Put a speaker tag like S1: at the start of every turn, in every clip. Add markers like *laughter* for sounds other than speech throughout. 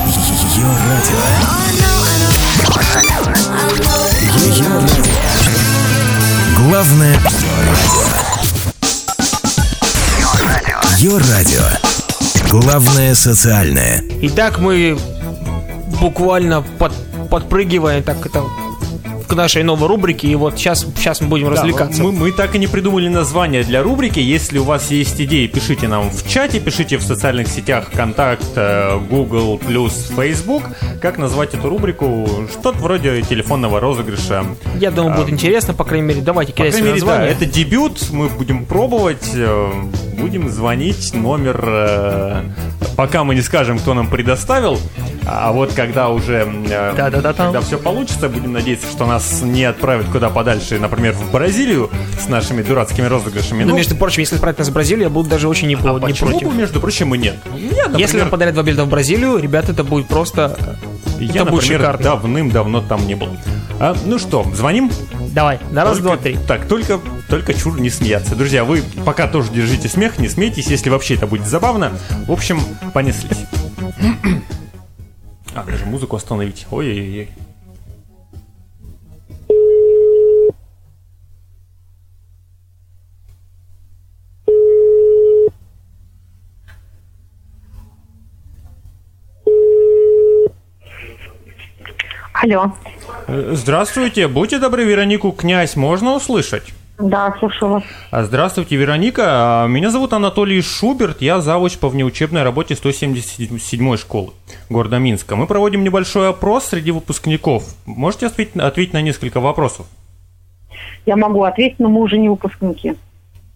S1: Ее радио. Ее радио. Главное радио. Ее радио. Главное социальное.
S2: Итак, мы буквально под, подпрыгиваем так это к нашей новой рубрике, и вот сейчас, сейчас мы будем
S3: Да,
S2: развлекаться.
S3: Мы, мы так и не придумали название для рубрики. Если у вас есть идеи, пишите нам в чате, пишите в социальных сетях ВКонтакт, э, Google плюс Facebook. Как назвать эту рубрику? Что-то вроде телефонного розыгрыша.
S2: Я думаю, будет
S3: а,
S2: интересно, по крайней мере. Давайте
S3: По крайней
S2: кидайте
S3: мере, да,
S2: название.
S3: это дебют. Мы будем пробовать. э, Будем звонить номер, э, пока мы не скажем, кто нам предоставил. А вот когда уже э,
S2: Да-да-да-там.
S3: когда все получится, будем надеяться, что нас не отправят куда подальше, например, в Бразилию с нашими дурацкими розыгрышами.
S2: Ну,
S3: Ну,
S2: между прочим, если отправить нас в Бразилию, я буду даже очень не, по-
S3: а
S2: не
S3: почему
S2: против.
S3: бы, между прочим, и нет? Я, например,
S2: Если нам подарят два билета в Бразилию, ребята, это будет просто... э,
S3: я,
S2: это будет
S3: например,
S2: шикарно.
S3: давным-давно там не был. А, ну что, звоним?
S2: Давай, на раз,
S3: Только-
S2: два, три.
S3: Так, только, только чур не смеяться. Друзья, вы пока тоже держите смех, не смейтесь, если вообще это будет забавно. В общем, понеслись. А, даже музыку остановить. Ой-ой-ой.
S4: Алло.
S3: Э, Здравствуйте, будьте добры, Веронику Князь, можно услышать?
S4: Да, слушаю вас.
S3: А, Здравствуйте, Вероника. А, Меня зовут Анатолий Шуберт. Я завуч по внеучебной работе 177 школы города Минска. Мы проводим небольшой опрос среди выпускников. Можете ответь- ответить на несколько вопросов?
S4: Я могу ответить, но мы уже не выпускники.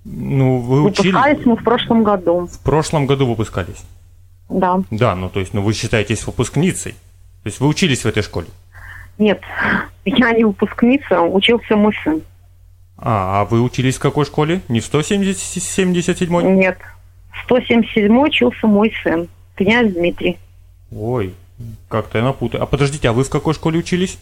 S3: Ну, вы учили...
S4: Выпускались мы в прошлом году.
S3: В прошлом году выпускались.
S4: Да.
S3: Да, ну то есть, ну вы считаетесь выпускницей. То есть вы учились в этой школе.
S4: Нет, *laughs* я не выпускница, учился мой сын.
S3: А, а вы учились в какой школе? Не в 177-й?
S4: Нет. 177 учился мой сын, князь Дмитрий.
S3: Ой, как-то я напутаю. А подождите, а вы в какой школе учились?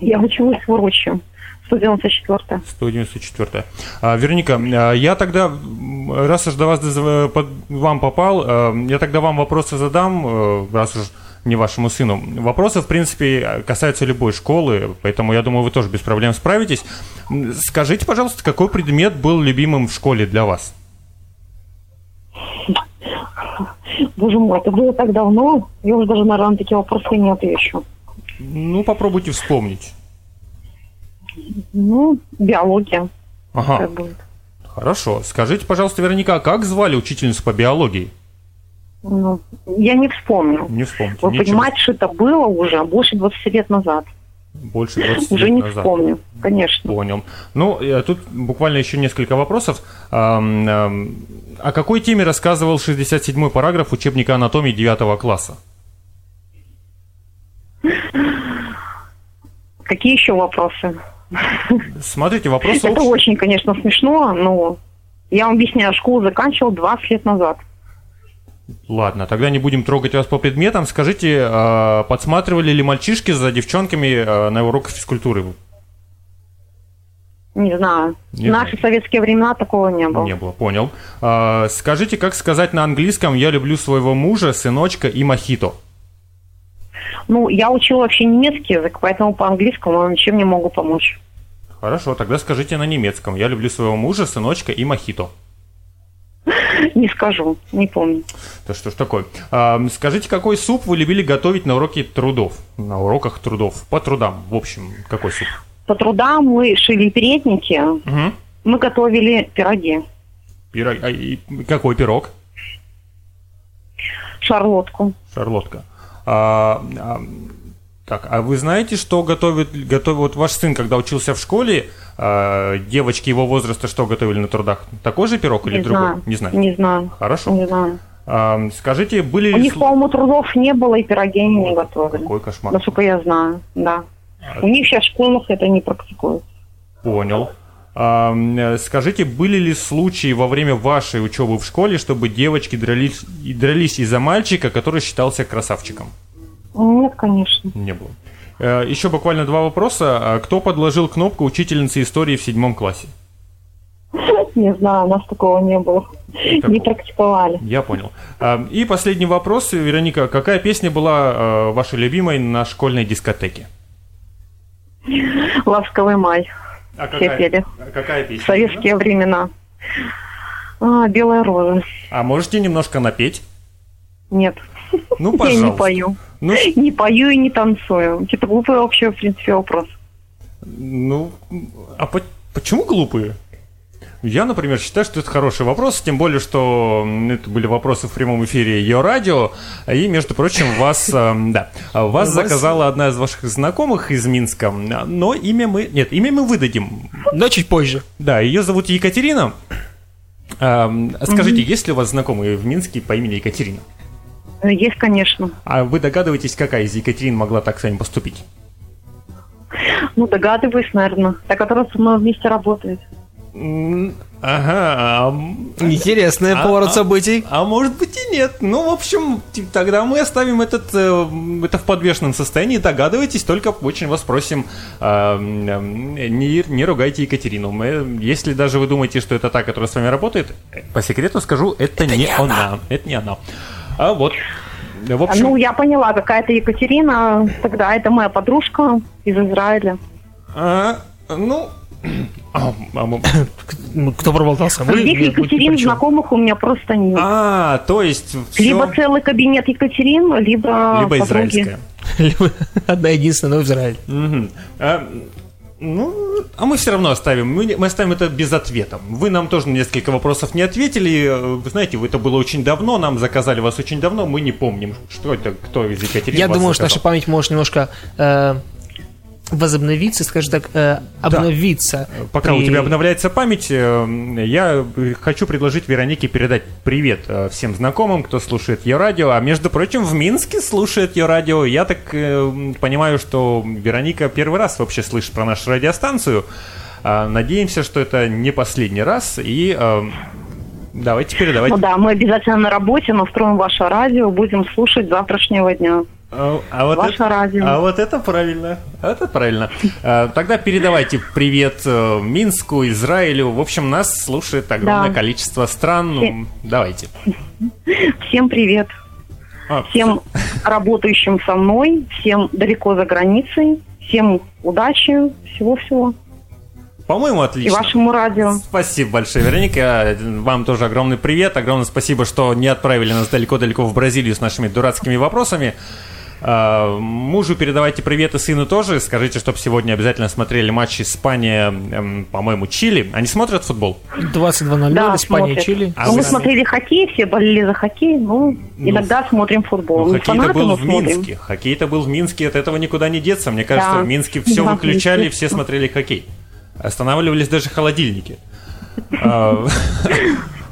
S4: Я училась в Уручье, 194
S3: 194. А, Вероника, а, я тогда, м, раз уж до вас дозв- под вам попал, э, я тогда вам вопросы задам, э, раз уж не вашему сыну. Вопросы, в принципе, касаются любой школы, поэтому я думаю, вы тоже без проблем справитесь. М, Скажите, пожалуйста, какой предмет был любимым в школе для вас?
S4: Боже мой, это было так давно, я уже даже, наверное, на такие вопросы не отвечу.
S3: Ну, попробуйте вспомнить.
S4: Ну, биология.
S3: Ага,
S4: как будет.
S3: хорошо. Скажите, пожалуйста, Вероника, а как звали учительницу по биологии?
S4: Ну, я не вспомню.
S3: Не вспомните.
S4: Вы
S3: ничего.
S4: понимаете, что это было уже больше 20 лет назад.
S3: Больше
S4: *laughs*
S3: 20
S4: Уже
S3: лет
S4: не
S3: назад.
S4: вспомню, конечно.
S3: Понял. Ну, э, тут буквально еще несколько вопросов. Ам, ам, О какой теме рассказывал 67-й параграф учебника анатомии 9 класса?
S4: Какие еще
S3: Ну,
S4: вопросы?
S3: Смотрите, вопрос
S4: Это
S3: общий.
S4: очень, конечно, смешно, но я вам объясняю, школу заканчивал 20 лет назад.
S3: Ладно, тогда не будем трогать вас по предметам. Скажите, а, подсматривали ли мальчишки за девчонками а, на уроках физкультуры?
S4: Не знаю.
S3: Не
S4: в наши
S3: знаю.
S4: советские времена такого не было.
S3: Не было, понял. А, Скажите, как сказать на английском «я люблю своего мужа, сыночка и мохито»?
S4: Ну, я учила вообще немецкий язык, поэтому по-английскому я ничем не могу помочь. *laughs*
S3: Хорошо, тогда скажите на немецком «я люблю своего мужа, сыночка и мохито».
S4: Не скажу, не помню.
S3: Да что ж такое. Ам, скажите, какой суп вы любили готовить на уроке трудов? На уроках трудов. По трудам, в общем, какой суп?
S4: По трудам мы шили передники,
S3: Мгм.
S4: мы готовили пироги,
S3: Пирог- а, и какой пирог?
S4: шарлотку.
S3: Шарлотка. А, ам, так, а вы знаете, что готовит, готовит вот ваш сын, когда учился в школе, а, девочки его возраста что готовили на трудах? Такой же пирог или
S4: не
S3: другой?
S4: знаю.
S3: Не знаю.
S4: Не знаю.
S3: Хорошо.
S4: Не знаю.
S3: Ам, скажите, были
S4: У
S3: ли
S4: них,
S3: сл-
S4: по-моему, трудов не было, и пироги они не готовили.
S3: Какой кошмар.
S4: Насколько я знаю, да.
S3: А-
S4: У них сейчас в школах это не практикуют.
S3: Понял. А, м, э, Скажите, были ли случаи во время вашей учебы в школе, чтобы девочки дрались, и дрались из-за мальчика, который считался красавчиком?
S4: Нет, конечно.
S3: Не было. Э, Еще буквально два вопроса. А Кто подложил кнопку учительницы истории в седьмом классе?
S4: Не знаю, у нас такого не было.
S3: Это-
S4: Не практиковали.
S3: Я понял. А, И последний вопрос, Вероника. Какая песня была э, вашей любимой на школьной дискотеке?
S4: Ласковый май.
S3: А
S4: Все пели.
S3: а какая
S4: В
S3: песня?
S4: советские времена. А, белая роза.
S3: А можете немножко напеть?
S4: Нет.
S3: Ну,
S4: Я
S3: пожалуйста.
S4: не пою.
S3: *laughs* Ну, с-
S4: Не пою и не танцую. Это глупый вообще, в принципе, вопрос.
S3: ну, а по- почему глупые? Я, например, считаю, что это хороший вопрос, тем более, что м, это были вопросы в прямом эфире ее радио, и, между прочим, вас, эм, да, а вас
S2: Вас-
S3: заказала одна из ваших знакомых из Минска, но имя мы, нет, имя мы выдадим,
S2: Но чуть позже.
S3: Да, ее зовут Екатерина. Эм, Скажите, есть ли у вас знакомые в Минске по имени Екатерина?
S4: Э, Есть, конечно.
S3: А вы догадываетесь, какая из Екатерин могла так с вами поступить?
S4: Ну, догадываюсь, наверное. Та, которая со мной вместе работает.
S3: М, Ага, а м,
S2: Интересный
S3: А,
S2: поворот
S3: а.
S2: событий.
S3: а может быть и нет. Ну, в общем, т- тогда мы оставим этот, э, м, это в подвешенном состоянии. Догадывайтесь, только очень вас просим, эм, эм, не, не ругайте Екатерину. Мы- если даже вы думаете, что это та, которая с вами работает, э, по секрету скажу, это, не, она. Это не она. А вот, в
S4: А,
S3: общем...
S4: Ну, я поняла, какая-то Екатерина. Тогда это моя подружка из Израиля.
S3: А, ну... *clears throat* А, а, м-
S2: Ну, Кто проболтался? Вы?
S4: Других
S2: Нет, вы ни
S4: Екатерин
S2: при чём.
S4: знакомых у меня просто нет.
S3: а, то есть всё-
S4: Либо целый кабинет Екатерин, либо,
S3: либо
S4: подруги.
S3: израильская.
S2: *laughs* Либо Одна единственная, но в Израиле.
S3: Мгм. А, ну, а мы все равно оставим. Мы, не- мы оставим это без ответа. Вы нам тоже на несколько вопросов не ответили. Э, Вы знаете, вы- это было очень давно, нам заказали вас очень давно, мы не помним, что это, кто из Екатерины.
S2: Я
S3: вас
S2: думаю, что наша
S3: заказал.
S2: память может немножко э, возобновиться, скажем так, э, обновиться.
S3: Пока у
S2: при-
S3: тебя обновляется память, э, я хочу предложить Веронике передать привет э, всем знакомым, кто слушает ее радио. А между прочим, в Минске слушает ее радио. Я так э, понимаю, что Вероника первый раз вообще слышит про нашу радиостанцию. А, Надеемся, что это не последний раз. И э, давайте передавать.
S4: Ну да, мы обязательно на работе настроим ваше радио, будем слушать с завтрашнего дня.
S3: А, а вот
S4: Ваше
S3: это,
S4: радио.
S3: А вот это правильно. Это правильно. Э, Тогда передавайте привет э, Минску, Израилю. В общем, нас слушает огромное
S4: Да.
S3: количество стран. Ну, Давайте.
S4: Всем привет,
S3: А, *laughs*
S4: всем работающим со мной, всем далеко за границей, всем удачи, всего-всего.
S3: По-моему,
S4: И
S3: отлично.
S4: вашему радио.
S3: Спасибо большое, Вероника. А, Вам тоже огромный привет. Огромное спасибо, что не отправили нас далеко-далеко в Бразилию с нашими дурацкими вопросами. А, Мужу передавайте привет и сыну тоже. Скажите, чтобы сегодня обязательно смотрели матч Испания, эм, по-моему, Чили. Они смотрят футбол? Ну,
S2: 22.00,
S4: Да,
S2: Испания,
S4: смотрят.
S2: Чили.
S3: А
S4: Ну,
S3: вы-
S4: мы смотрели хоккей, все болели за хоккей, ну,
S3: Ну,
S4: иногда смотрим футбол.
S3: Ну,
S4: Мы
S3: хоккей-то
S4: фанаты,
S3: был
S4: но
S3: в
S4: смотрим.
S3: Минске. Хоккей-то был в Минске, от этого никуда не деться. Мне кажется,
S4: Да.
S3: в Минске все
S4: Да,
S3: выключали, все
S4: естественно.
S3: смотрели хоккей. Останавливались даже холодильники. А,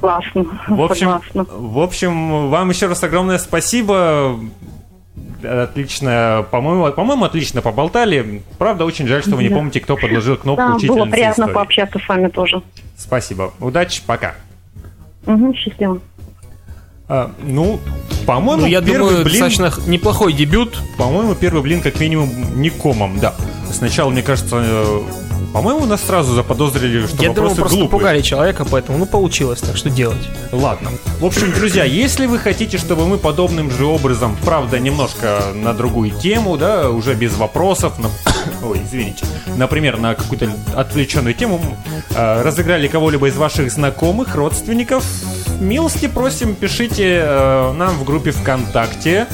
S4: Классно,
S3: В общем,
S4: Ну, согласна.
S3: в общем, вам еще раз огромное спасибо. Отлично, по-моему, по-моему, отлично поболтали. Правда, очень жаль, что вы не помните, кто подложил кнопку
S4: Да,
S3: учительницы
S4: было приятно
S3: истории.
S4: пообщаться с вами тоже.
S3: Спасибо. Удачи, пока.
S4: Угу, счастливо.
S3: А, ну, по-моему,
S2: Ну, я
S3: первый
S2: думаю,
S3: блин-
S2: достаточно неплохой дебют.
S3: По-моему, первый блин как минимум не комом, да. Сначала, мне кажется, э, по-моему, нас сразу заподозрили, что
S2: Я думаю,
S3: вопросы
S2: просто
S3: глупые.
S2: пугали человека, поэтому, ну, получилось, так что делать.
S3: Ладно. В общем, друзья, если вы хотите, чтобы мы подобным же образом, правда, немножко на другую тему, да, уже без вопросов, но... *coughs* Ой, извините. Например, на какую-то отвлеченную тему э, разыграли кого-либо из ваших знакомых, родственников, милости просим, пишите э, нам в группе ВКонтакте.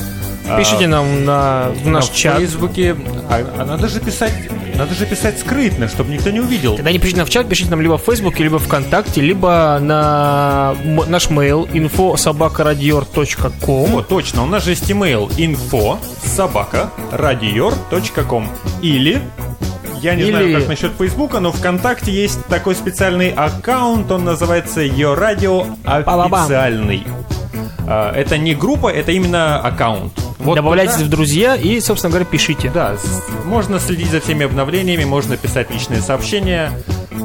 S3: Э,
S2: Пишите нам на, в наш
S3: на
S2: чат.
S3: Фейсбуке. А, а надо же писать, надо же писать скрытно, чтобы никто не увидел.
S2: Тогда не пишите нам в чат, пишите нам либо в Фейсбуке, либо ВКонтакте, либо на м- наш mail info
S3: О, точно, у нас же есть email info собака radior.com или я не знаю,
S2: Или-
S3: как насчет Фейсбука, но ВКонтакте есть такой специальный аккаунт, он называется Ее Радио
S2: Па-ба-бам.
S3: Официальный. А, Это не группа, это именно аккаунт. Вот
S2: Добавляйтесь
S3: туда-
S2: в друзья и, собственно говоря, пишите.
S3: Да, с- можно следить за всеми обновлениями, можно писать личные сообщения.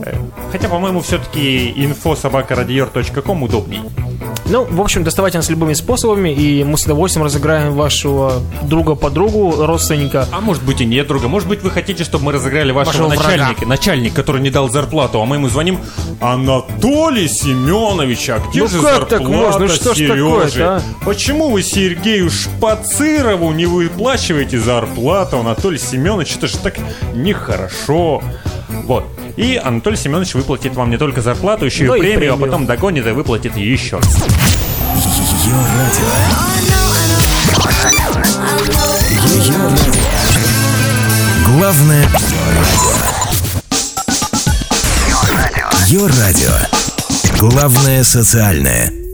S3: Э, Хотя, по-моему, все-таки info собака удобней.
S2: Ну, в общем, доставайте нас любыми способами, и мы с удовольствием разыграем вашего друга подругу, родственника.
S3: А может быть и нет друга. Может быть, вы хотите, чтобы мы разыграли
S2: Вашего
S3: вашего,
S2: врага.
S3: начальника. Начальник, который не дал зарплату, а мы ему звоним. Анатолий Семенович, а где
S2: Ну
S3: же
S2: как так
S3: зарплата
S2: можно? Что ж
S3: Сережи?
S2: такое-то, а?
S3: Почему вы Сергею Шпацирову не выплачиваете зарплату, Анатолий Семенович? Это же так нехорошо. Вот. И Анатолий Семенович выплатит вам не только зарплату,
S2: Да
S3: еще и
S2: Ну и
S3: премию, а
S2: премию.
S3: потом догонит и выплатит еще.
S1: Ее радио. Ее радио. Главное радио. Ее радио. Главное социальное.